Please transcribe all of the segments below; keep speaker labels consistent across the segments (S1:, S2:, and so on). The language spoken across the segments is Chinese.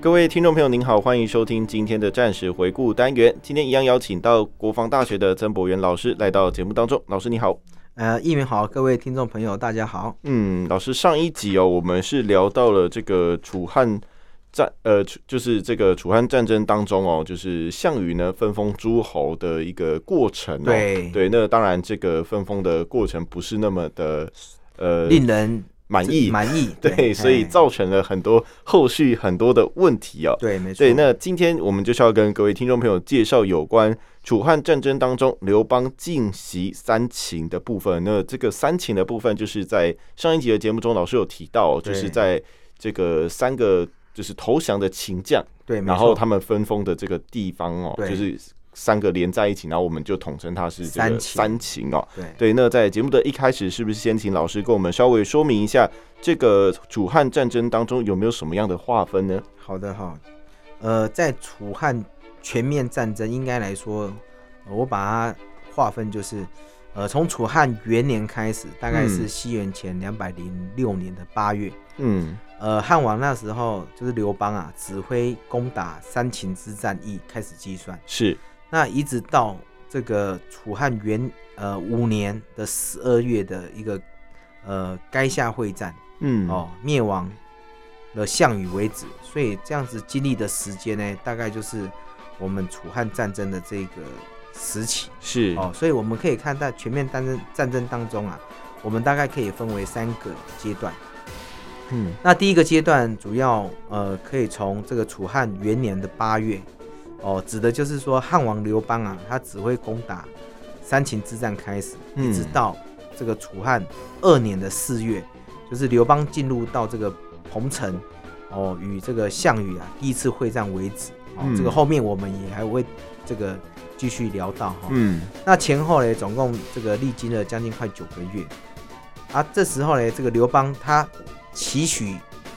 S1: 各位听众朋友，您好，欢迎收听今天的战史回顾单元。今天一样邀请到国防大学的曾博元老师来到节目当中。老师你好，
S2: 呃，一鸣好，各位听众朋友，大家好。
S1: 嗯，老师上一集哦，我们是聊到了这个楚汉战，呃，楚就是这个楚汉战争当中哦，就是项羽呢分封诸侯的一个过程、哦。
S2: 对
S1: 对，那当然这个分封的过程不是那么的呃
S2: 令人
S1: 满意，
S2: 满意。
S1: 对，所以
S2: 哎
S1: 造成了很多后续很多的问题哦。
S2: 对，没错。
S1: 对，那今天我们就是要跟各位听众朋友介绍有关楚汉战争当中刘邦进袭三秦的部分。那这个三秦的部分，就是在上一集的节目中，老师有提到哦，就
S2: 对
S1: 是在这个三个就是投降的秦将，
S2: 对，没
S1: 然后
S2: 错。
S1: 他们分封的这个地方哦，
S2: 对
S1: 就是三个连在一起，然后我们就统称它是这个
S2: 三秦
S1: 三秦哦。
S2: 对
S1: 对，那在节目的一开始，是不是先请老师跟我们稍微说明一下这个楚汉战争当中有没有什么样的划分呢？
S2: 好的哈。呃，在楚汉全面战争，应该来说，呃我把它划分就是，呃，从楚汉元年开始，大概是
S1: 嗯
S2: 西元前两百零六年的八月，
S1: 嗯，
S2: 呃，汉王那时候就是刘邦啊，指挥攻打三秦之战役开始计算。
S1: 是。
S2: 那一直到这个楚汉元呃五年的十二月的一个呃垓下会战
S1: 嗯，
S2: 哦，灭亡了项羽为止，所以这样子经历的时间呢，大概就是我们楚汉战争的这个时期
S1: 是，
S2: 哦，所以我们可以看到全面战争战争当中啊，我们大概可以分为三个阶段。
S1: 嗯
S2: 那第一个阶段主要呃可以从这个楚汉元年的八月，哦，指的就是说汉王刘邦啊，他指挥攻打三秦之战开始，
S1: 嗯
S2: 一直到这个楚汉二年的四月，就是刘邦进入到这个彭城，哦，与这个项羽啊第一次会战为止。哦，
S1: 嗯
S2: 这个后面我们也还会这个继续聊到哦哈、
S1: 嗯
S2: 那前后呢，总共这个历经了将近快九个月。啊，这时候呢，这个刘邦他袭取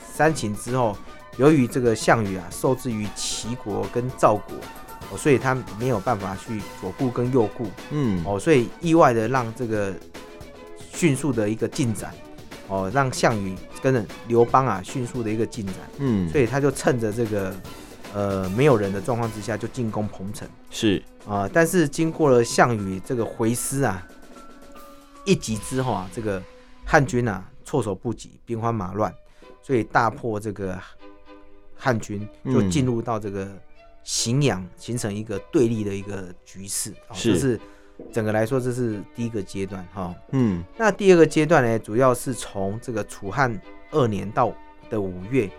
S2: 三秦之后，由于这个项羽啊受制于齐国跟赵国，哦，所以他没有办法去左顾跟右顾，
S1: 嗯，
S2: 哦，所以意外的让这个迅速的一个进展，哦，让项羽跟着刘邦啊迅速的一个进展，
S1: 嗯，
S2: 所以他就趁着这个呃没有人的状况之下，就进攻彭城。
S1: 是，
S2: 啊、但是经过了项羽这个回师啊，一击之后啊，这个汉军啊措手不及，兵荒马乱，所以大破这个汉军，就
S1: 嗯
S2: 进入到这个荥阳，形成一个对立的一个局势。哦、
S1: 是
S2: 这是整个来说，这是第一个阶段哈、
S1: 嗯
S2: 那第二个阶段呢，主要是从这个楚汉二年到的五月，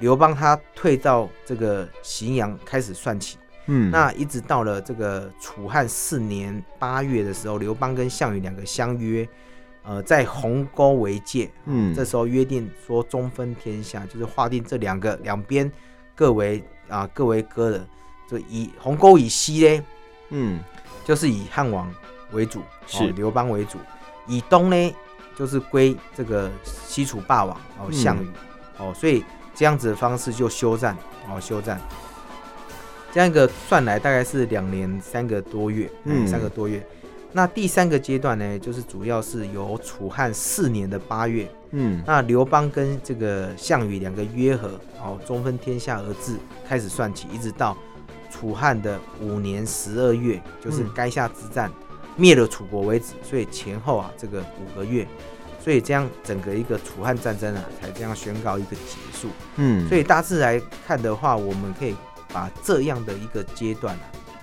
S2: 刘邦他退到这个荥阳开始算起。
S1: 嗯，
S2: 那一直到了这个楚汉四年八月的时候，刘邦跟项羽两个相约，呃，在鸿沟为界，
S1: 嗯，
S2: 这时候约定说中分天下，就是划定这两个两边各为啊各为割的，就以鸿沟以西呢，
S1: 嗯
S2: 就是以汉王为主，
S1: 是
S2: 哦、刘邦为主；以东呢，就是归这个西楚霸王哦
S1: 嗯
S2: 项羽、哦，所以这样子的方式就休战哦休战。这样一个算来大概是两年三个多月，嗯，
S1: 嗯
S2: 三个多月。那第三个阶段呢，就是主要是由楚汉四年的八月，
S1: 嗯
S2: 那刘邦跟这个项羽两个约和，哦，中分天下而治，开始算起，一直到楚汉的五年十二月，就是
S1: 嗯
S2: 垓下之战、灭了楚国为止，所以前后啊这个五个月，所以这样整个一个楚汉战争啊才这样宣告一个结束。
S1: 嗯，
S2: 所以大致来看的话，我们可以把这样的一个阶段啊，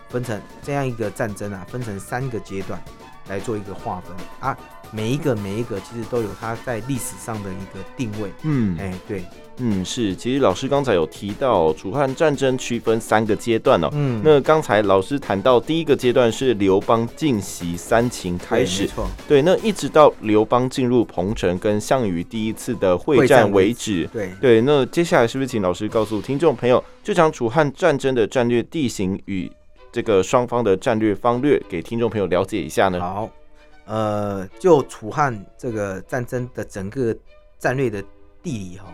S2: 分成这样一个战争啊，分成三个阶段来做一个划分啊。每一个每一个其实都有它在历史上的一个定位。
S1: 嗯
S2: 哎、对，
S1: 嗯，是。其实老师刚才有提到楚汉战争区分三个阶段哦。
S2: 嗯，
S1: 那刚才老师谈到第一个阶段是刘邦进袭三秦开
S2: 对
S1: 始
S2: 没，错，
S1: 对，那一直到刘邦进入彭城跟项羽第一次的会
S2: 会战
S1: 战为
S2: 为
S1: 止。
S2: 对，
S1: 对，那接下来是不是请老师告诉听众朋友这场楚汉战争的战略地形与这个双方的战略方略，给听众朋友了解一下呢？
S2: 好，呃，就楚汉这个战争的整个战略的地理哈，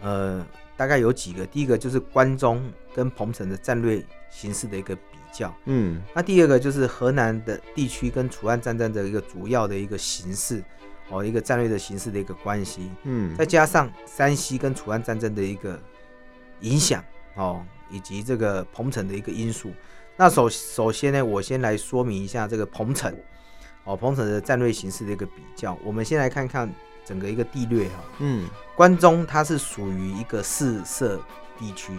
S2: 呃，大概有几个，第一个就是关中跟彭城的战略形势的一个比较，
S1: 嗯
S2: 那第二个就是河南的地区跟楚汉战争的一个主要的一个形势哦，一个战略的形势的一个关系，
S1: 嗯
S2: 再加上山西跟楚汉战争的一个影响哦，以及这个彭城的一个因素。那首首先呢，我先来说明一下这个彭城哦，彭城的战略形势的一个比较。我们先来看看整个一个地略哈、哦
S1: 嗯
S2: 关中它是属于一个四射地区，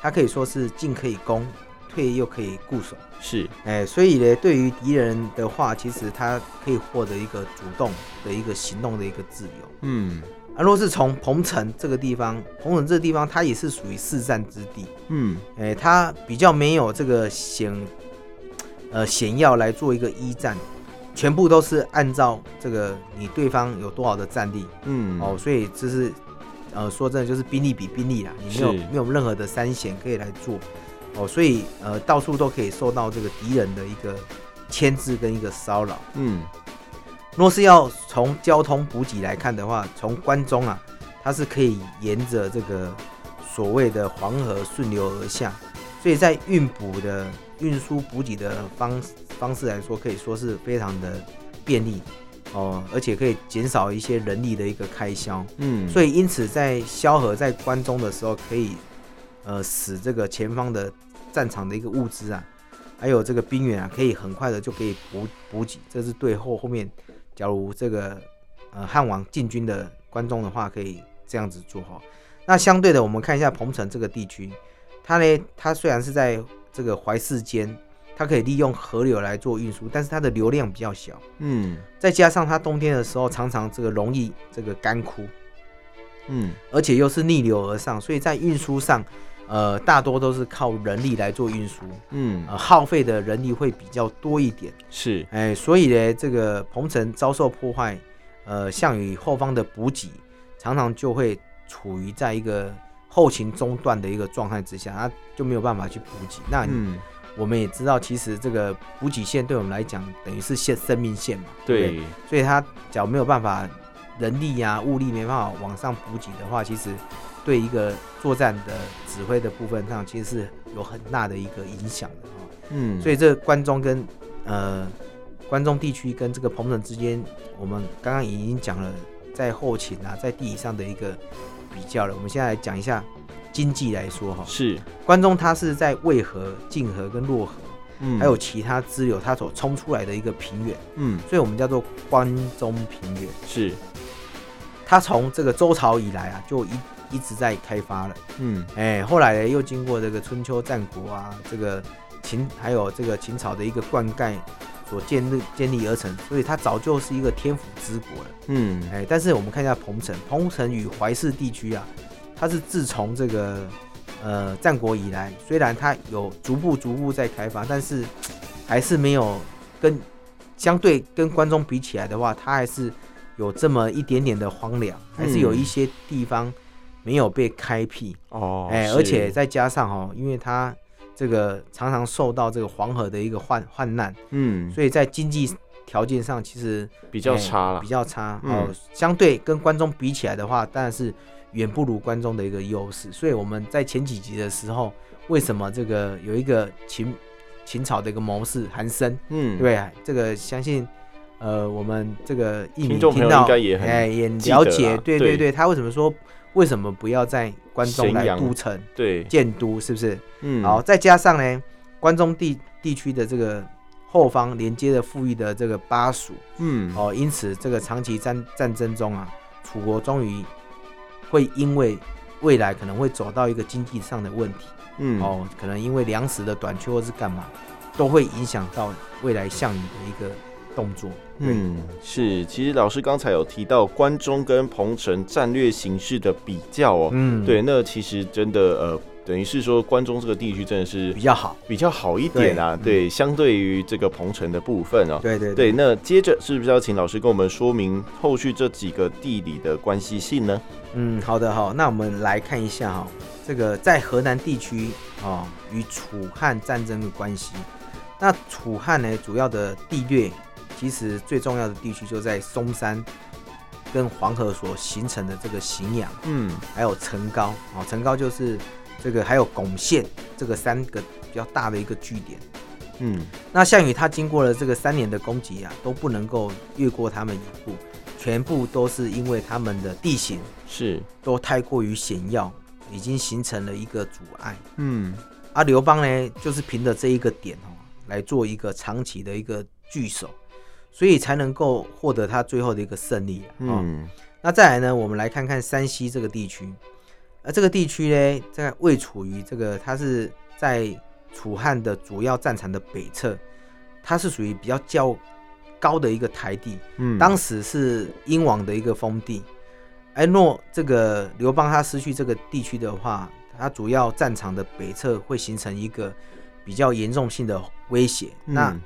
S2: 它可以说是进可以攻，退又可以固守。
S1: 是
S2: 哎，所以呢，对于敌人的话，其实他可以获得一个主动的一个行动的一个自由。
S1: 嗯
S2: 啊，若是从彭城这个地方，彭城这个地方它也是属于市战之地，
S1: 嗯
S2: 哎、它比较没有这个险，呃，险要来做一个一战，全部都是按照这个你对方有多少的战力、
S1: 嗯
S2: 哦，所以这是，呃，说真的就是兵力比兵力啦，你没有
S1: 是
S2: 没有任何的三险可以来做，哦，所以呃到处都可以受到这个敌人的一个牵制跟一个骚扰。
S1: 嗯
S2: 若是要从交通补给来看的话，从关中啊，它是可以沿着这个所谓的黄河顺流而下，所以在运补的运输补给的方方式来说，可以说是非常的便利哦，而且可以减少一些人力的一个开销，
S1: 嗯，
S2: 所
S1: 以
S2: 以因此在萧何在关中的时候，可以呃使这个前方的战场的一个物资啊，还有这个兵员啊，可以很快的就可以补补给，这是对后后面假如这个呃汉王进军的关中的话，可以这样子做哈。那相对的，我们看一下彭城这个地区，它呢，它虽然是在这个淮泗间，它可以利用河流来做运输，但是它的流量比较小，
S1: 嗯
S2: 再加上它冬天的时候常常这个容易这个干枯，
S1: 嗯
S2: 而且又是逆流而上，所以在运输上，呃，大多都是靠人力来做运输，
S1: 嗯
S2: 呃，耗费的人力会比较多一点。
S1: 是
S2: 哎，所以呢，这个彭城遭受破坏，呃，项羽后方的补给常常就会处于在一个后勤中断的一个状态之下，他就没有办法去补给。那
S1: 嗯
S2: 我们也知道，其实这个补给线对我们来讲，等于是线生命线嘛，不
S1: 对
S2: 所以他只要没有办法人力呀、物力没办法往上补给的话，其实对一个作战的指挥的部分上，其实是有很大的一个影响的哦。
S1: 嗯
S2: 所以这关中跟呃关中地区跟这个彭城之间，我们刚刚已经讲了在后勤啊，在地理上的一个比较了。我们现在来讲一下经济来说哈，
S1: 是
S2: 关中它是在渭河、泾河跟洛河，
S1: 嗯
S2: 还有其他支流它所冲出来的一个平原。
S1: 嗯
S2: 所以我们叫做关中平原。
S1: 是
S2: 它从这个周朝以来啊，就一一直在开发了。
S1: 嗯
S2: 哎，后来呢，又经过这个春秋战国啊，这个秦还有这个秦朝的一个灌溉所建立建立而成，所以它早就是一个天府之国了。
S1: 嗯
S2: 哎，但是我们看一下彭城，彭城与淮泗地区啊，它是自从这个呃战国以来，虽然它有逐步逐步在开发，但是还是没有跟相对跟关中比起来的话，它还是有这么一点点的荒凉，还是
S1: 嗯
S2: 有一些地方没有被开辟。
S1: 哦
S2: 哎、
S1: 是
S2: 而且再加上哦，因为它这个常常受到这个黄河的一个患患难，
S1: 嗯
S2: 所以在经济条件上其实。
S1: 比较
S2: 哎
S1: 差了
S2: 比，较差。
S1: 嗯
S2: 哦，相对跟关中比起来的话，当然是远不如关中的一个优势。所以我们在前几集的时候，为什么这个有一个秦秦朝的一个谋士韩森，
S1: 嗯
S2: 对啊，这个相信。呃，我们这个一
S1: 听
S2: 民
S1: 众朋友
S2: 听到，
S1: 应该也很
S2: 哎也
S1: 记得啦
S2: 了解，对
S1: 对
S2: 对对，他为什么说为什么不要在关中
S1: 咸
S2: 来
S1: 阳
S2: 都城
S1: 对
S2: 建都，是不是？
S1: 嗯
S2: 好，再加上呢，关中地地区的这个后方连接的富裕的这个巴蜀，
S1: 嗯
S2: 哦，因此这个长期战战争中啊，楚国终于会因为未来可能会走到一个经济上的问题，
S1: 嗯
S2: 哦，可能因为粮食的短缺或是干嘛，都会影响到未来项羽的一个动作。
S1: 嗯，是。其实老师刚才有提到关中跟彭城战略形势的比较哦，
S2: 嗯，
S1: 对，那其实真的呃，等于是说关中这个地区真的是
S2: 比较好。
S1: 比较好一点啊，
S2: 对
S1: 对，相对于这个彭城的部分哦。
S2: 对对
S1: 对，那接着是不是要请老师跟我们说明后续这几个地理的关系性呢？
S2: 嗯，好的好，那我们来看一下哈、这个在河南地区啊、哦、与楚汉战争的关系。那楚汉呢，主要的地略其实最重要的地区就在嵩山跟黄河所形成的这个荥阳，
S1: 嗯，
S2: 还有成皋啊、哦，成皋就是这个还有巩县这个三个比较大的一个据点。
S1: 嗯，
S2: 那项羽他经过了这个三年的攻击啊，都不能够越过他们一步，全部都是因为他们的地形
S1: 是，
S2: 都太过于险要，已经形成了一个阻碍。
S1: 嗯，
S2: 而刘邦呢，就是凭着这一个点哦，来做一个长期的一个据守，所以才能够获得他最后的一个胜利啊、哦
S1: 嗯，
S2: 那再来呢，我们来看看山西这个地区，而这个地区呢，在位处于这个它是在楚汉的主要战场的北侧，它是属于比较较高的一个台地，
S1: 嗯，
S2: 当时是英王的一个封地。而若这个刘邦他失去这个地区的话，他主要战场的北侧会形成一个比较严重性的威胁。
S1: 嗯
S2: 那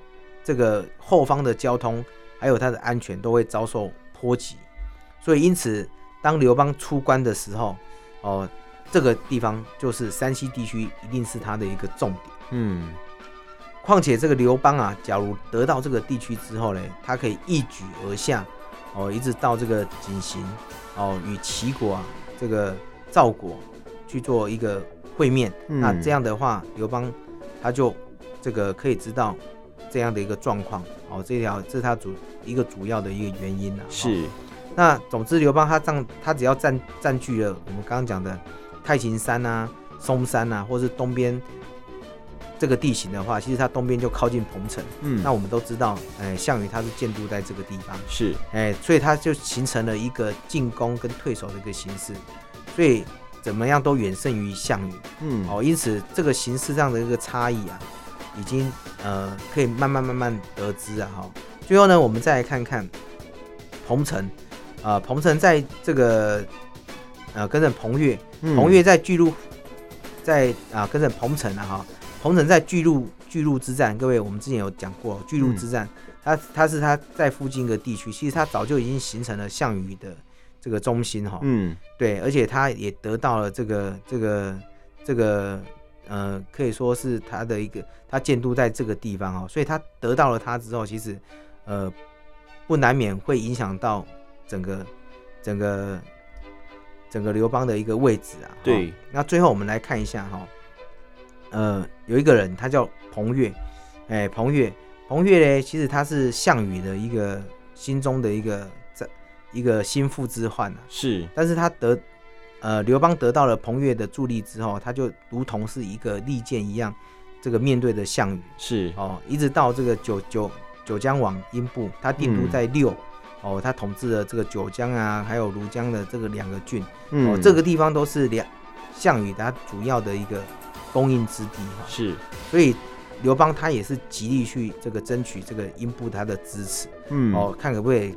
S2: 这个后方的交通还有它的安全都会遭受波及，所以因此当刘邦出关的时候，哦、这个地方就是山西地区一定是他的一个重点。
S1: 嗯，
S2: 况且这个刘邦啊，假如得到这个地区之后呢，他可以一举而下，哦，一直到这个井陉，哦，与齐国啊，这个赵国去做一个会面。
S1: 嗯
S2: 那这样的话，刘邦他就这个可以知道这样的一个状况，哦，这条这是他主一个主要的一个原因啊。哦
S1: 是，
S2: 那总之，刘邦他占他只要占占据了我们刚刚讲的太行山啊、嵩山啊，或是东边这个地形的话，其实他东边就靠近彭城。
S1: 嗯，
S2: 那我们都知道，哎，项羽他是建都在这个地方，
S1: 是，
S2: 哎，所以他就形成了一个进攻跟退守的一个形式，所以怎么样都远胜于项羽。
S1: 嗯，
S2: 哦，因此这个形式上的一个差异啊，已经呃可以慢慢慢慢得知啊哈、最后呢，我们再来看看彭城，啊、彭城在这个呃跟着彭越，
S1: 嗯
S2: 彭越，在巨鹿，在啊、跟着彭城啊哈、彭城在巨鹿巨鹿之战，各位我们之前有讲过巨鹿之战，它它是它在附近一个地区，其实它早就已经形成了项羽的这个中心哈、
S1: 嗯，
S2: 对，而且他也得到了这个这个这个呃，可以说是他的一个他建都在这个地方哦，所以他得到了它之后，其实呃不难免会影响到整个整个整个刘邦的一个位置啊。哈
S1: 对，
S2: 那最后我们来看一下哈、呃，有一个人他叫彭越，哎，彭越，彭越呢，其实他是项羽的一个心中的一个在一个心腹之患啊。
S1: 是，
S2: 但是他得，呃，刘邦得到了彭越的助力之后，他就如同是一个利剑一样，这个面对着项羽
S1: 是，
S2: 哦，一直到这个九九九江王英布，他定都
S1: 嗯
S2: 在六、哦，他统治了这个九江啊，还有庐江的这个两个郡、哦，
S1: 嗯，
S2: 这个地方都是两项羽他主要的一个供应之地哈、
S1: 是，
S2: 所以刘邦他也是极力去这个争取这个英布他的支持。
S1: 嗯，
S2: 哦，看可不可以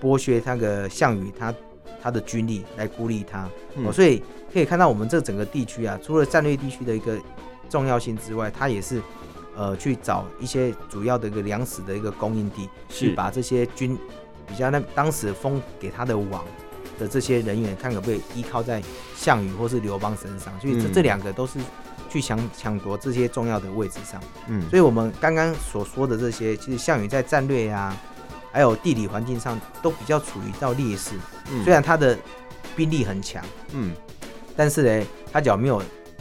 S2: 剥削那个项羽他他的军力来孤立他、
S1: 嗯
S2: 哦，所以可以看到我们这整个地区啊，除了战略地区的一个重要性之外，它也是呃去找一些主要的一个粮食的一个供应地，去
S1: 是，
S2: 把这些军比较那当时封给他的王的这些人员，看可不可以依靠在项羽或是刘邦身上，所以这、
S1: 嗯
S2: 这两个都是去抢抢夺这些重要的位置上。
S1: 嗯，
S2: 所以我们刚刚所说的这些，其实项羽在战略呀、还有地理环境上都比较处于到劣势。
S1: 嗯
S2: 虽然他的兵力很强，
S1: 嗯，
S2: 但是呢，他只要没有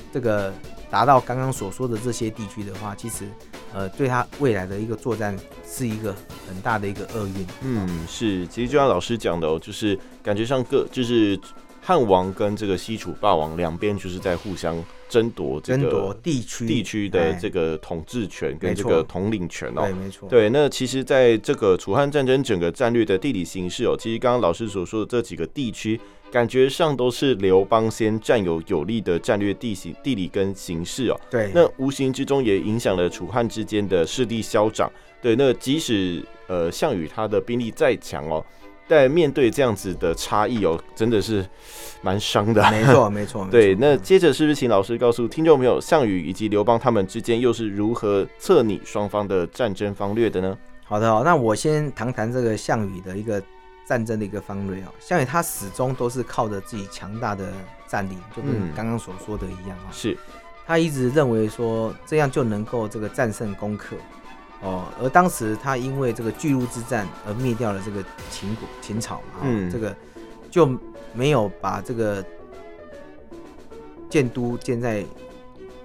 S2: 这个达到刚刚所说的这些地区的话，其实呃，对他未来的一个作战是一个很大的一个厄运。
S1: 嗯，是，其实就像老师讲的哦，就是感觉上各就是汉王跟这个西楚霸王两边就是在互相争夺这
S2: 争夺
S1: 个
S2: 地区，
S1: 地区的
S2: 哎
S1: 这个统治权跟
S2: 没
S1: 这
S2: 错
S1: 个统领权哦
S2: 对，。没错，
S1: 对，那其实在这个楚汉战争整个战略的地理形势哦，其实刚刚老师所说的这几个地区，感觉上都是刘邦先占有有利的战略地形、地理跟形势哦。
S2: 对，
S1: 那无形之中也影响了楚汉之间的势力消长。对，那即使呃项羽他的兵力再强哦，但面对这样子的差异哦，真的是蛮伤的啊、
S2: 没 错，没错，没
S1: 对，
S2: 错
S1: 那接着是不是请老师告诉听众朋友，项羽以及刘邦他们之间又是如何测拟双方的战争方略的呢？
S2: 好的、哦，那我先谈谈这个项羽的一个战争的一个方略哦。项羽他始终都是靠着自己强大的战力，就跟
S1: 嗯
S2: 刚刚所说的一样啊、
S1: 是，
S2: 他一直认为说这样就能够这个战胜攻克哦。而当时他因为这个巨鹿之战而灭掉了这个秦国秦朝嘛、哦，
S1: 嗯
S2: 这个就没有把这个建都建在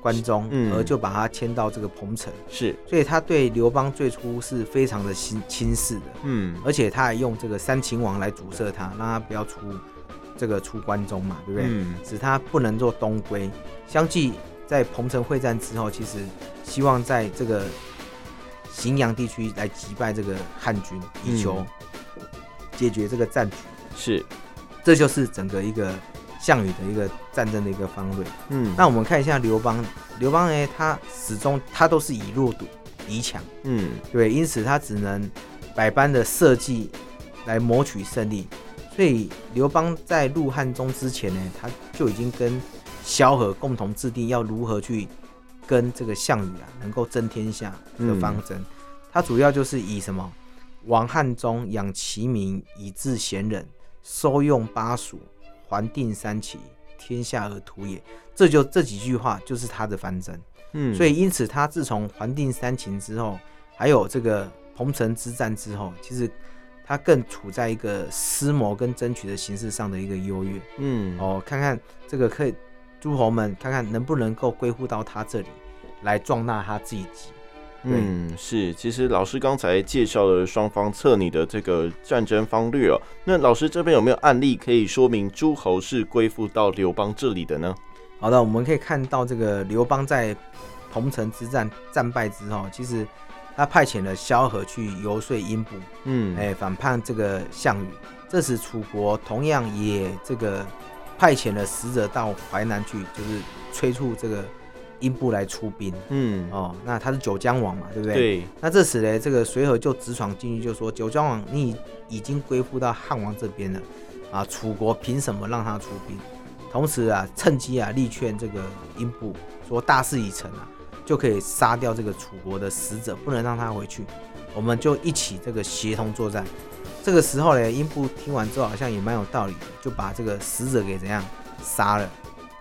S2: 关中，
S1: 嗯
S2: 而就把它迁到这个彭城。
S1: 是，
S2: 所以他对刘邦最初是非常的轻轻视的，
S1: 嗯，
S2: 而且他还用这个三秦王来阻塞他，让他不要出这个出关中嘛，对不对？
S1: 嗯，
S2: 使他不能做东归。相继在彭城会战之后，其实希望在这个荥阳地区来击败这个汉军，以求解决这个战局。
S1: 是，
S2: 这就是整个一个项羽的一个战争的一个方略。
S1: 嗯，
S2: 那我们看一下刘邦，刘邦呢，他始终他都是以弱赌敌强。
S1: 嗯，
S2: 对，因此他只能百般的设计来谋取胜利。所以刘邦在入汉中之前呢，他就已经跟萧何共同制定要如何去跟这个项羽啊能够争天下的方针。他主要就是以什么王汉中养其民，以治贤人，收用巴蜀，还定三齐，天下而图也。这就这几句话就是他的方针。
S1: 嗯，
S2: 所
S1: 以，
S2: 以因此他自从还定三秦之后，还有这个彭城之战之后，其实他更处在一个思谋跟争取的形式上的一个优越
S1: 嗯，哦，
S2: 哦，看看这个可以诸侯们看看能不能够归附到他这里来壮大他自己。对
S1: 嗯，是，其实老师刚才介绍了双方测拟的这个战争方略哦，那老师这边有没有案例可以说明诸侯是归附到刘邦这里的呢？
S2: 好的，我们可以看到这个刘邦在彭城之战战败之后，其实他派遣了萧何去游说英布，
S1: 嗯，
S2: 哎，反叛这个项羽。这时楚国同样也这个派遣了使者到淮南去，就是催促这个英布来出兵。
S1: 嗯，
S2: 哦，那他是九江王嘛，对不对？。
S1: 对，
S2: 那这时呢，这个随和就直闯进去，就说九江王你已经归附到汉王这边了，啊，楚国凭什么让他出兵？同时啊，趁机啊力劝这个英布说大势已成啊，就可以杀掉这个楚国的使者，不能让他回去，我们就一起这个协同作战。这个时候呢，英布听完之后好像也蛮有道理的，就把这个使者给怎样杀了，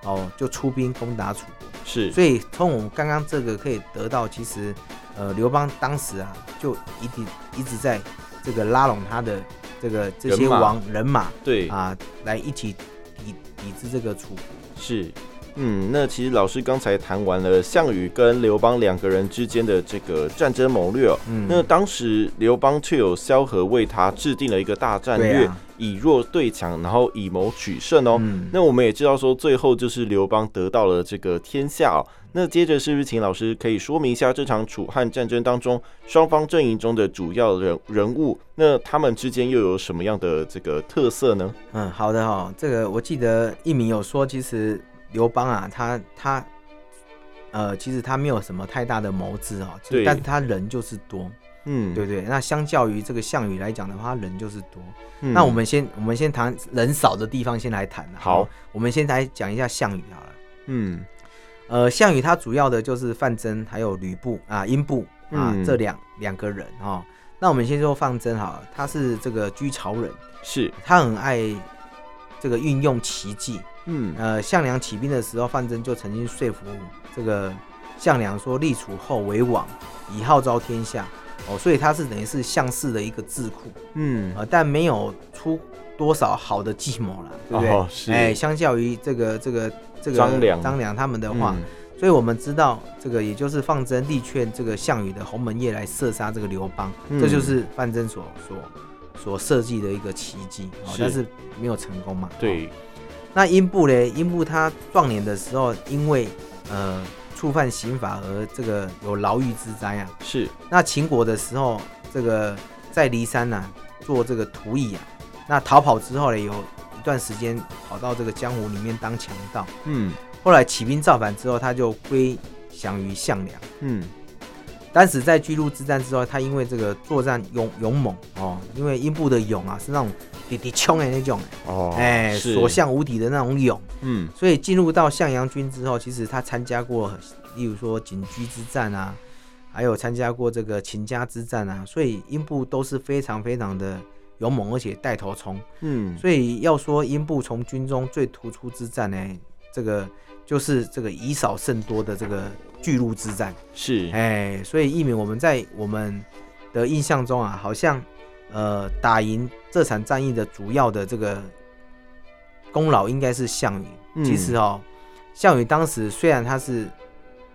S2: 哦，就出兵攻打楚国。
S1: 是，
S2: 所以从我们刚刚这个可以得到，其实呃，刘邦当时啊，就一直一直在这个拉拢他的这个这些
S1: 人马
S2: 王人马
S1: 对，
S2: 啊，来一起抵抵制这个楚国。
S1: 是，嗯，那其实老师刚才谈完了项羽跟刘邦两个人之间的这个战争谋略、哦，
S2: 嗯
S1: 那当时刘邦却有萧何为他制定了一个大战
S2: 对
S1: 略，
S2: 啊
S1: 以弱对强，然后以谋取胜哦。
S2: 嗯
S1: 那我们也知道说，最后就是刘邦得到了这个天下哦。那接着是不是请老师可以说明一下这场楚汉战争当中双方阵营中的主要人人物？那他们之间又有什么样的这个特色呢？
S2: 嗯，好的哈、这个我记得一鸣有说，其实刘邦啊，他他呃，其实他没有什么太大的谋志哦，其实
S1: 对
S2: 但是他人就是多，
S1: 嗯，
S2: 对不对？那相较于这个项羽来讲的话，他人就是多。
S1: 嗯
S2: 那我们先我们先谈人少的地方先来谈啊
S1: 好，
S2: 我们先来讲一下项羽好了。
S1: 嗯
S2: 呃，项羽他主要的就是范增还有吕布啊、英布啊、
S1: 嗯
S2: 这两两个人哦。那我们先说范增好了，他是这个居巢人，
S1: 是
S2: 他很爱这个运用奇计。
S1: 嗯
S2: 呃，项梁起兵的时候，范增就曾经说服这个项梁说立楚后为王，以号召天下。哦，所以他是等于是项氏的一个智库。
S1: 嗯
S2: 呃，但没有出多少好的计谋啦，对不对？
S1: 哦是
S2: 哎，相较于这个这个这个
S1: 张良
S2: 张良他们的话，
S1: 嗯
S2: 所以我们知道这个也就是范增力劝这个项羽的鸿门宴来射杀这个刘邦，
S1: 嗯
S2: 这就是范增所所所设计的一个奇迹，哦，
S1: 是
S2: 但是没有成功嘛。哦
S1: 对，
S2: 那英布嘞，英布他壮年的时候，因为呃触犯刑法而这个有牢狱之灾啊，
S1: 是，
S2: 那秦国的时候，这个在骊山呐、做这个土役啊，那逃跑之后呢，有一段时间跑到这个江湖里面当强盗。
S1: 嗯
S2: 后来起兵造反之后，他就归降于项梁。
S1: 嗯
S2: 当时在巨鹿之战之后，他因为这个作战勇勇猛哦，因为英布的勇啊是那种滴滴冲的那种，
S1: 哦，
S2: 哎、
S1: 是
S2: 所向无敌的那种勇，
S1: 嗯
S2: 所以进入到向阳军之后，其实他参加过，呃例如说锦居之战啊，还有参加过这个秦家之战啊，所以英布都是非常非常的勇猛，而且带头冲。
S1: 嗯，
S2: 所以要说英布从军中最突出之战呢，这个就是这个以少胜多的这个巨鹿之战。
S1: 是
S2: 哎，所以一鸣我们在我们的印象中啊，好像呃打赢这场战役的主要的这个功劳应该是项羽。
S1: 嗯
S2: 其实哦，项羽当时虽然他是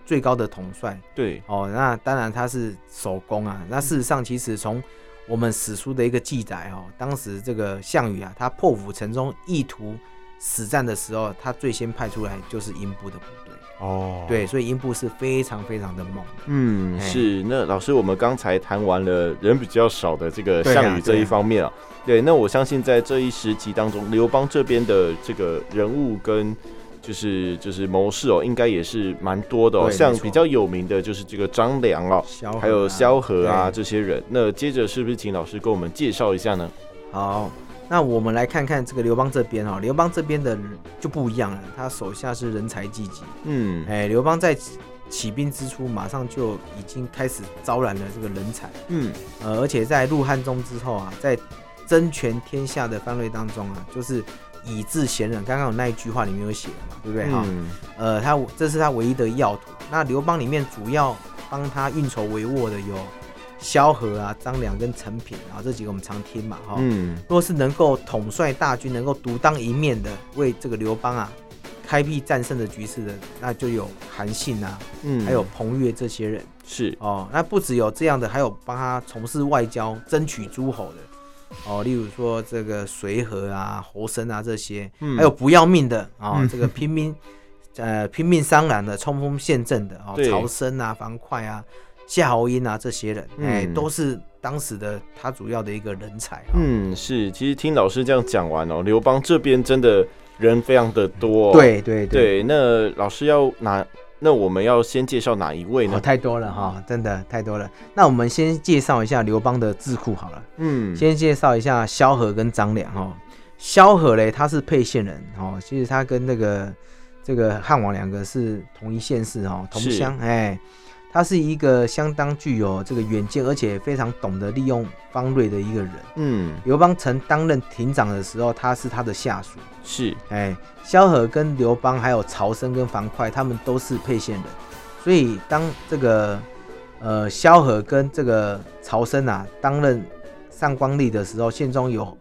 S2: 最高的统帅
S1: 对，
S2: 哦，那当然他是首功啊。那事实上，其实从我们史书的一个记载哦，当时这个项羽啊，他破釜沉舟意图死战的时候，他最先派出来就是英布的部队。
S1: 哦，
S2: 对，所以英布是非常非常的猛。
S1: 嗯，
S2: 哎
S1: 是。那老师，我们刚才谈完了人比较少的这个
S2: 对啊
S1: 项羽这
S2: 对
S1: 一
S2: 啊
S1: 方面啊，对。那我相信在这一时期当中，刘邦这边的这个人物跟就是就是谋士哦，应该也是蛮多的哦。
S2: 对
S1: 像
S2: 没错
S1: 比较有名的就是这个张良哦，
S2: 萧何啊
S1: 还有萧何啊
S2: 对
S1: 这些人。那接着是不是请老师给我们介绍一下呢？
S2: 好，那我们来看看这个刘邦这边哦，刘邦这边的就不一样了，他手下是人才济济。
S1: 嗯，
S2: 哎，刘邦在起起兵之初，马上就已经开始招揽了这个人才，
S1: 嗯，
S2: 呃，而且在入汉中之后啊，在争权天下的范围当中啊，就是以治贤人。刚刚有那一句话里面有写的嘛，对不对哈、
S1: 嗯
S2: 呃，他这是他唯一的要徒。那刘邦里面主要帮他运筹帷幄的有萧何啊、张良跟陈平啊，这几个我们常听嘛哈。
S1: 嗯，
S2: 若是能够统帅大军，能够独当一面的为这个刘邦啊开辟战胜的局势的，那就有韩信啊，
S1: 嗯
S2: 还有彭越这些人
S1: 是，
S2: 哦。那不只有这样的，还有帮他从事外交、争取诸侯的哦，例如说这个随和啊、侯生啊这些，
S1: 嗯
S2: 还有不要命的啊、
S1: 嗯
S2: 这个拼命呃拼命伤狼的、冲锋陷阵的哦，
S1: 对
S2: 曹参啊、樊哙啊、夏侯婴啊这些人，哎、
S1: 嗯
S2: 都是当时的他主要的一个人才啊。
S1: 嗯，是。其实听老师这样讲完哦，刘邦这边真的人非常的多、哦。。
S2: 对对
S1: 对，那老师要哪？那我们要先介绍哪一位
S2: 哦，
S1: 呢？
S2: 太多了哈，真的太多了。那我们先介绍一下刘邦的智库好了，
S1: 嗯，
S2: 先介绍一下萧何跟张良哦。萧何嘞，他是沛县人哦，其实他跟那个这个汉王两个是同一县市哦，同
S1: 是
S2: 乡哎。他是一个相当具有这个远见，而且非常懂得利用方略的一个人。
S1: 嗯，
S2: 刘邦曾担任亭长的时候，他是他的下属。
S1: 是，
S2: 哎，萧何跟刘邦还有曹参跟樊哙，他们都是沛县人，所以当这个呃萧何跟这个曹参啊担任上官吏的时候，县中有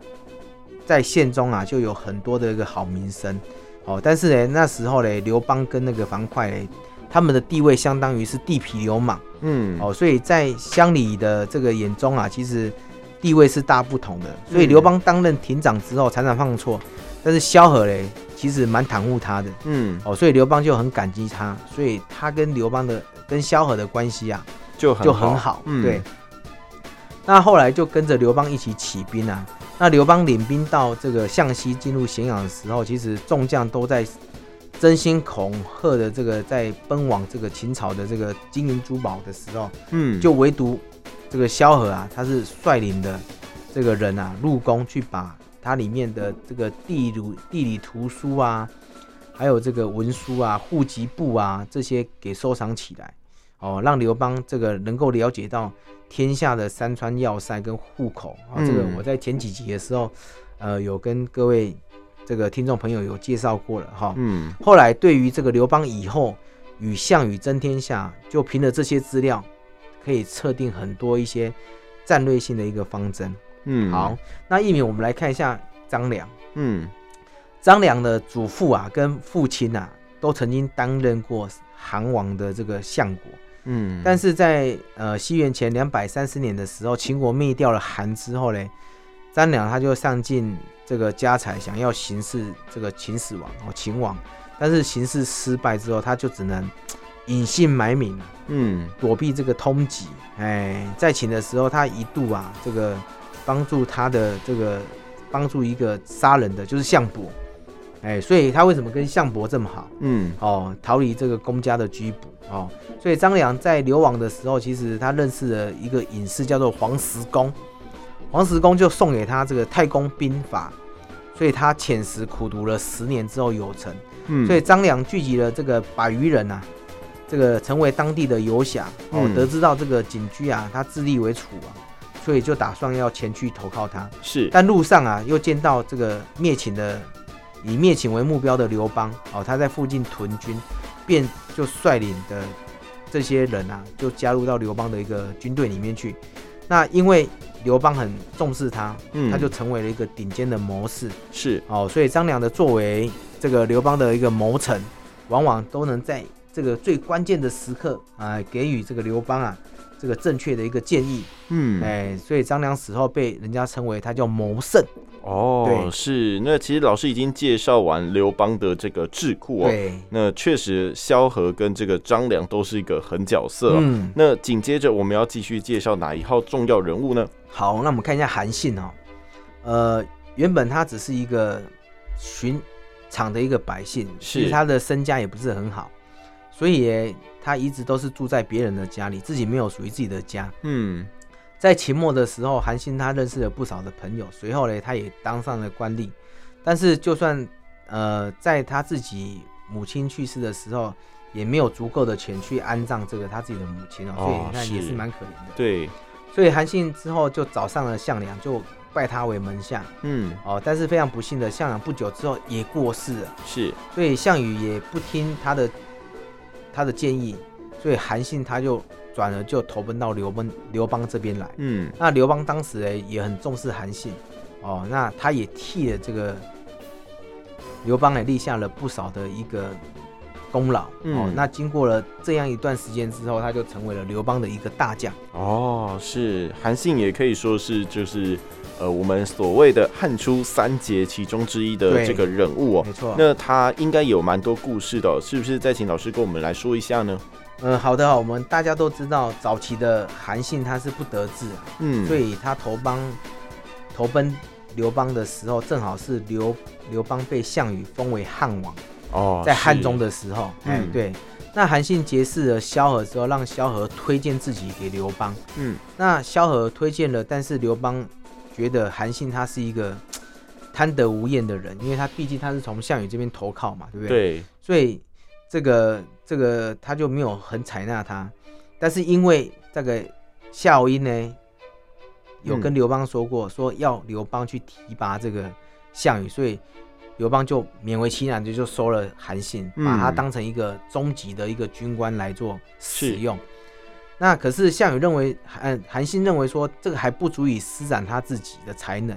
S2: 在县中啊就有很多的一个好名声。哦，但是呢，那时候嘞，刘邦跟那个樊哙嘞，他们的地位相当于是地痞流氓
S1: 嗯，
S2: 哦，所以在乡里的这个眼中啊，其实地位是大不同的。所以刘邦担任亭长之后，常常犯错，但是萧何嘞，其实蛮袒护他的
S1: 嗯，
S2: 哦，所以刘邦就很感激他，所以他跟刘邦的跟萧何的关系啊
S1: 就很嗯
S2: 就很好，对。，那后来就跟着刘邦一起起兵啊。那刘邦领兵到这个向西进入咸阳的时候，其实众将都在争先恐后的这个在奔往这个秦朝的这个金银珠宝的时候，
S1: 嗯，
S2: 就唯独这个萧何啊，他是率领的这个人啊入宫去把它里面的这个地理地理图书啊，还有这个文书啊、户籍簿啊这些给收藏起来，哦，让刘邦这个能够了解到天下的山川要塞跟户口啊、这个
S1: 嗯
S2: 我在前几集的时候，呃，有跟各位这个听众朋友有介绍过了哈。
S1: 嗯，
S2: 后来对于这个刘邦以后与项羽争天下，就凭着这些资料，可以测定很多一些战略性的一个方针。
S1: 嗯，
S2: 好，，那一鸣我们来看一下张良。
S1: 嗯，
S2: 张良的祖父啊跟父亲啊都曾经担任过韩王的这个相国，
S1: 嗯，
S2: 但是在呃西元前两百三十年的时候，秦国灭掉了韩之后嘞，张良他就上进这个家财，想要行刺这个秦始皇哦秦王，但是行刺失败之后，他就只能隐姓埋名啊
S1: 嗯，
S2: 躲避这个通缉。哎，在秦的时候，他一度啊这个帮助他的这个帮助一个杀人的，就是项伯。哎，所以他为什么跟项伯这么好？
S1: 嗯，
S2: 哦，逃离这个公家的拘捕哦。所以张良在流亡的时候，其实他认识了一个隐士，叫做黄石公。黄石公就送给他这个太公兵法，所以他遣使苦读了十年之后有成。
S1: 嗯，
S2: 所以张良聚集了这个百余人啊，这个成为当地的游侠。哦
S1: 嗯，
S2: 得知到这个景驹啊，他自立为楚王，所以就打算要前去投靠他。
S1: 是，
S2: 但路上啊，又见到这个灭秦的，以灭秦为目标的刘邦哦，他在附近屯军，便就率领的这些人啊，就加入到刘邦的一个军队里面去。那因为刘邦很重视他，
S1: 嗯
S2: 他就成为了一个顶尖的谋士
S1: 是，
S2: 哦，所以张良的作为这个刘邦的一个谋臣，往往都能在这个最关键的时刻啊、给予这个刘邦啊这个正确的一个建议。
S1: 嗯，
S2: 哎，所以张良死后被人家称为他叫谋圣。
S1: 哦，
S2: 对
S1: 是。那其实老师已经介绍完刘邦的这个智库哦，
S2: 对，
S1: 那确实萧何跟这个张良都是一个狠角色哦、
S2: 嗯，
S1: 那紧接着我们要继续介绍哪一号重要人物呢？
S2: 好，那我们看一下韩信哦。呃，原本他只是一个寻常的一个百姓，
S1: 是
S2: 其实他的身家也不是很好，所以耶他一直都是住在别人的家里，自己没有属于自己的家。
S1: 嗯，
S2: 在秦末的时候，韩信他认识了不少的朋友，随后呢，他也当上了官吏。但是，就算呃，在他自己母亲去世的时候，也没有足够的钱去安葬这个他自己的母亲哦，所以
S1: 哦
S2: 你看也
S1: 是
S2: 是蛮可怜的。
S1: 对，
S2: 所以韩信之后就找上了项梁，就拜他为门下
S1: 嗯，
S2: 哦。但是非常不幸的，项梁不久之后也过世了，
S1: 是，
S2: 所以项羽也不听他的他的建议，所以韩信他就转而就投奔到刘邦刘邦这边来。
S1: 嗯，
S2: 那刘邦当时呢也很重视韩信哦，那他也替了这个刘邦也立下了不少的一个功劳、哦
S1: 嗯。
S2: 那经过了这样一段时间之后，他就成为了刘邦的一个大将。
S1: 哦，是。韩信也可以说是就是呃我们所谓的汉初三杰其中之一的
S2: 对
S1: 这个人物哦。
S2: 没错，
S1: 那他应该有蛮多故事的哦、是不是？再请老师跟我们来说一下呢？
S2: 嗯，好的，我们大家都知道，早期的韩信他是不得志啊，
S1: 嗯，
S2: 所以他投帮投奔刘邦的时候，正好是刘刘邦被项羽封为汉王，
S1: 哦，
S2: 在汉
S1: 是
S2: 中的时候，哎、
S1: 嗯
S2: 对，那韩信结识了萧何之后，让萧何推荐自己给刘邦，
S1: 嗯
S2: 那萧何推荐了，但是刘邦觉得韩信他是一个贪得无厌的人，因为他毕竟他是从项羽这边投靠嘛，对不
S1: 对，
S2: 所以这个这个他就没有很采纳他。但是因为这个夏侯婴呢，有
S1: 嗯
S2: 跟刘邦说过，说要刘邦去提拔这个项羽，所以刘邦就勉为其难的就收了韩信，
S1: 嗯
S2: 把他当成一个终极的一个军官来做使
S1: 是
S2: 用。那可是项羽认为，韩韩信认为说这个还不足以施展他自己的才能，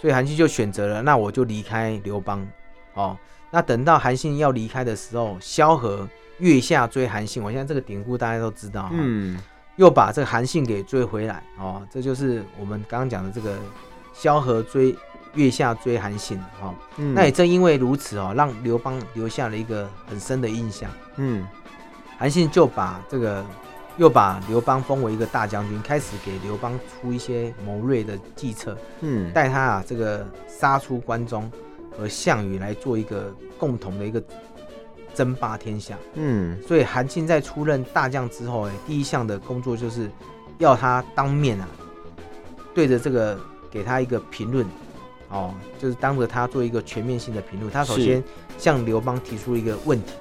S2: 所以韩信就选择了，那我就离开刘邦。哦，那等到韩信要离开的时候，萧何月下追韩信，我现在这个典故大家都知道，，
S1: 嗯，
S2: 又把这个韩信给追回来，哦，这就是我们刚刚讲的这个萧何追月下追韩信，哦，
S1: 嗯
S2: 那也正因为如此哦，让刘邦留下了一个很深的印象，
S1: 嗯
S2: 韩信就把这个。又把刘邦封为一个大将军，开始给刘邦出一些谋略的计策，
S1: 嗯，
S2: 带他啊这个杀出关中和项羽来做一个共同的一个争霸天下。
S1: 嗯
S2: 所以韩信在出任大将之后，哎，第一项的工作就是要他当面啊，对着这个给他一个评论，哦，就是当着他做一个全面性的评论。他首
S1: 是
S2: 先向刘邦提出一个问题，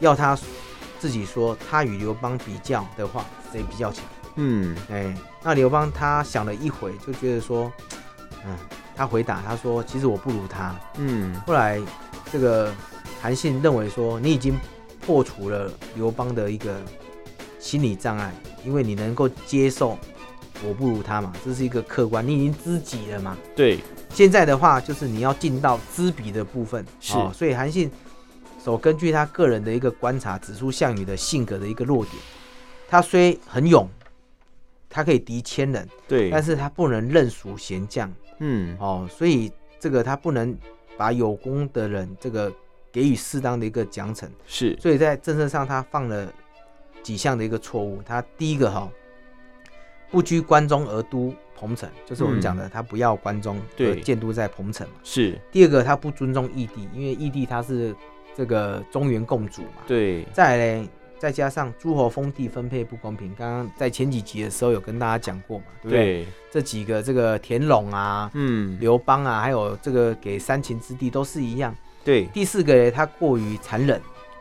S2: 要他自己说他与刘邦比较的话，谁比较强？
S1: 嗯
S2: 哎，那刘邦他想了一回，就觉得说，嗯，他回答他说，其实我不如他。
S1: 嗯，
S2: 后来这个韩信认为说，你已经破除了刘邦的一个心理障碍，因为你能够接受我不如他嘛，这是一个客观，你已经知己了嘛。
S1: 对，
S2: 现在的话就是你要进到知彼的部分，
S1: 是
S2: 哦所以韩信所根据他个人的一个观察，指出项羽的性格的一个弱点。他虽很勇，他可以敌千人，
S1: 对，
S2: 但是他不能认输贤将
S1: 嗯
S2: 哦，所以这个他不能把有功的人这个给予适当的一个奖惩。
S1: 是，
S2: 所以在政策上他犯了几项的一个错误。他第一个哈、不居关中而都彭城，就是我们讲的他不要关中，
S1: 嗯对
S2: 建都在彭城嘛。
S1: 是
S2: 第二个，他不尊重义帝，因为义帝他是这个中原共主嘛。
S1: 对，
S2: 再来嘞，再加上诸侯封地分配不公平，刚刚在前几集的时候有跟大家讲过嘛，对不对？
S1: 对，
S2: 这几个这个田垄啊、
S1: 嗯，
S2: 刘邦啊，还有这个给三秦之地都是一样。
S1: 对，
S2: 第四个嘞，他过于残忍，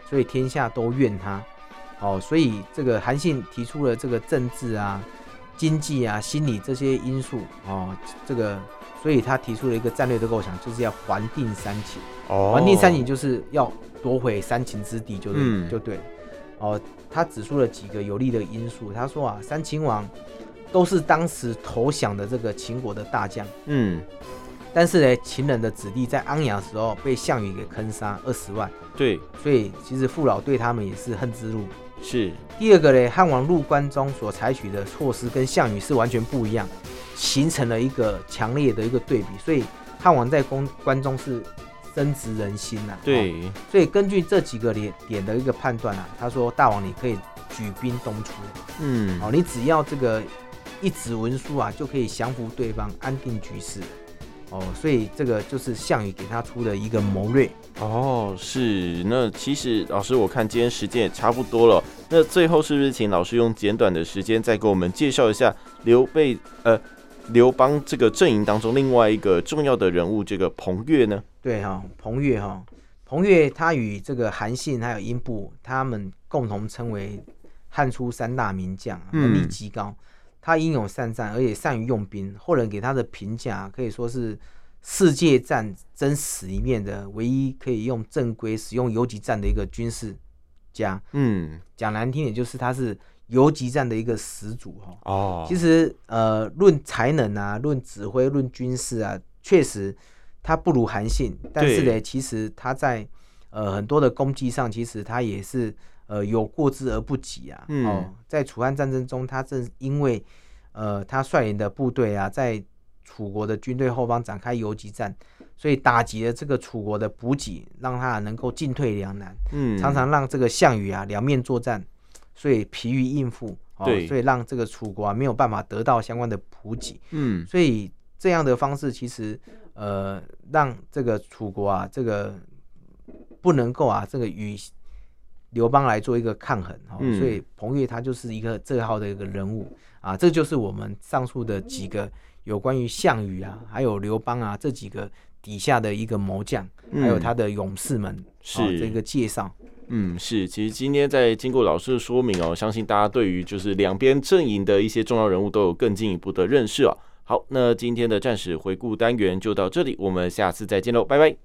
S2: 所以天下都怨他。哦，所以这个韩信提出了这个政治啊、经济啊、心理这些因素哦，这个，所以他提出了一个战略的构想，就是要还定三秦。
S1: 哦
S2: 还定三秦就是要夺回三秦之地，就是、
S1: 嗯
S2: 就对了。哦，他指出了几个有利的因素。他说啊，三秦王都是当时投降的这个秦国的大将，
S1: 嗯，
S2: 但是呢，秦人的子弟在安阳的时候被项羽给坑杀二十万，
S1: 对，
S2: 所以其实父老对他们也是恨之入骨。
S1: 是，
S2: 第二个呢，汉王入关中所采取的措施跟项羽是完全不一样，形成了一个强烈的一个对比，所以汉王在关关中是深植人心呐、哦
S1: 对，
S2: 所以根据这几个点点的一个判断啊，他说大王你可以举兵东出，
S1: 嗯，
S2: 哦，你只要这个一纸文书啊，就可以降服对方，安定局势。哦，所以这个就是项羽给他出的一个谋略。
S1: 哦，是。那其实老师，我看今天时间也差不多了。那最后是不是请老师用简短的时间再给我们介绍一下刘备呃刘邦这个阵营当中另外一个重要的人物这个彭越呢？
S2: 对哈、彭越哈、彭越他与这个韩信还有英布他们共同称为汉初三大名将啊，
S1: 嗯
S2: 能力极高。他英勇善战，而且善于用兵。后人给他的评价啊可以说是世界战争史里面的唯一可以用正规使用游击战的一个军事家。
S1: 嗯，
S2: 讲难听点，就是他是游击战的一个始祖哈、
S1: 哦
S2: 其实呃，论才能啊，论指挥，论军事啊，确实他不如韩信，但是呢，其实他在呃很多的功绩上，其实他也是呃有过之而不及啊。
S1: 嗯
S2: 哦，在楚汉战争中，他正因为呃他率领的部队啊，在楚国的军队后方展开游击战，所以打击了这个楚国的补给，让他能够进退两难。
S1: 嗯，
S2: 常常让这个项羽啊两面作战，所以疲于应付，哦
S1: 对，
S2: 所以让这个楚国啊没有办法得到相关的补给，
S1: 嗯
S2: 所以这样的方式其实呃让这个楚国啊这个不能够啊这个与刘邦来做一个抗衡，哦，
S1: 嗯
S2: 所以彭越他就是一个这号的一个人物啊，这就是我们上述的几个有关于项羽啊，还有刘邦啊这几个底下的一个谋将，还有
S1: 嗯
S2: 他的勇士们，哦
S1: 是
S2: 这个介绍。
S1: 嗯，是，其实今天在经过老师的说明哦，相信大家对于就是两边阵营的一些重要人物都有更进一步的认识哦。好，那今天的战史回顾单元就到这里，我们下次再见喽，拜拜。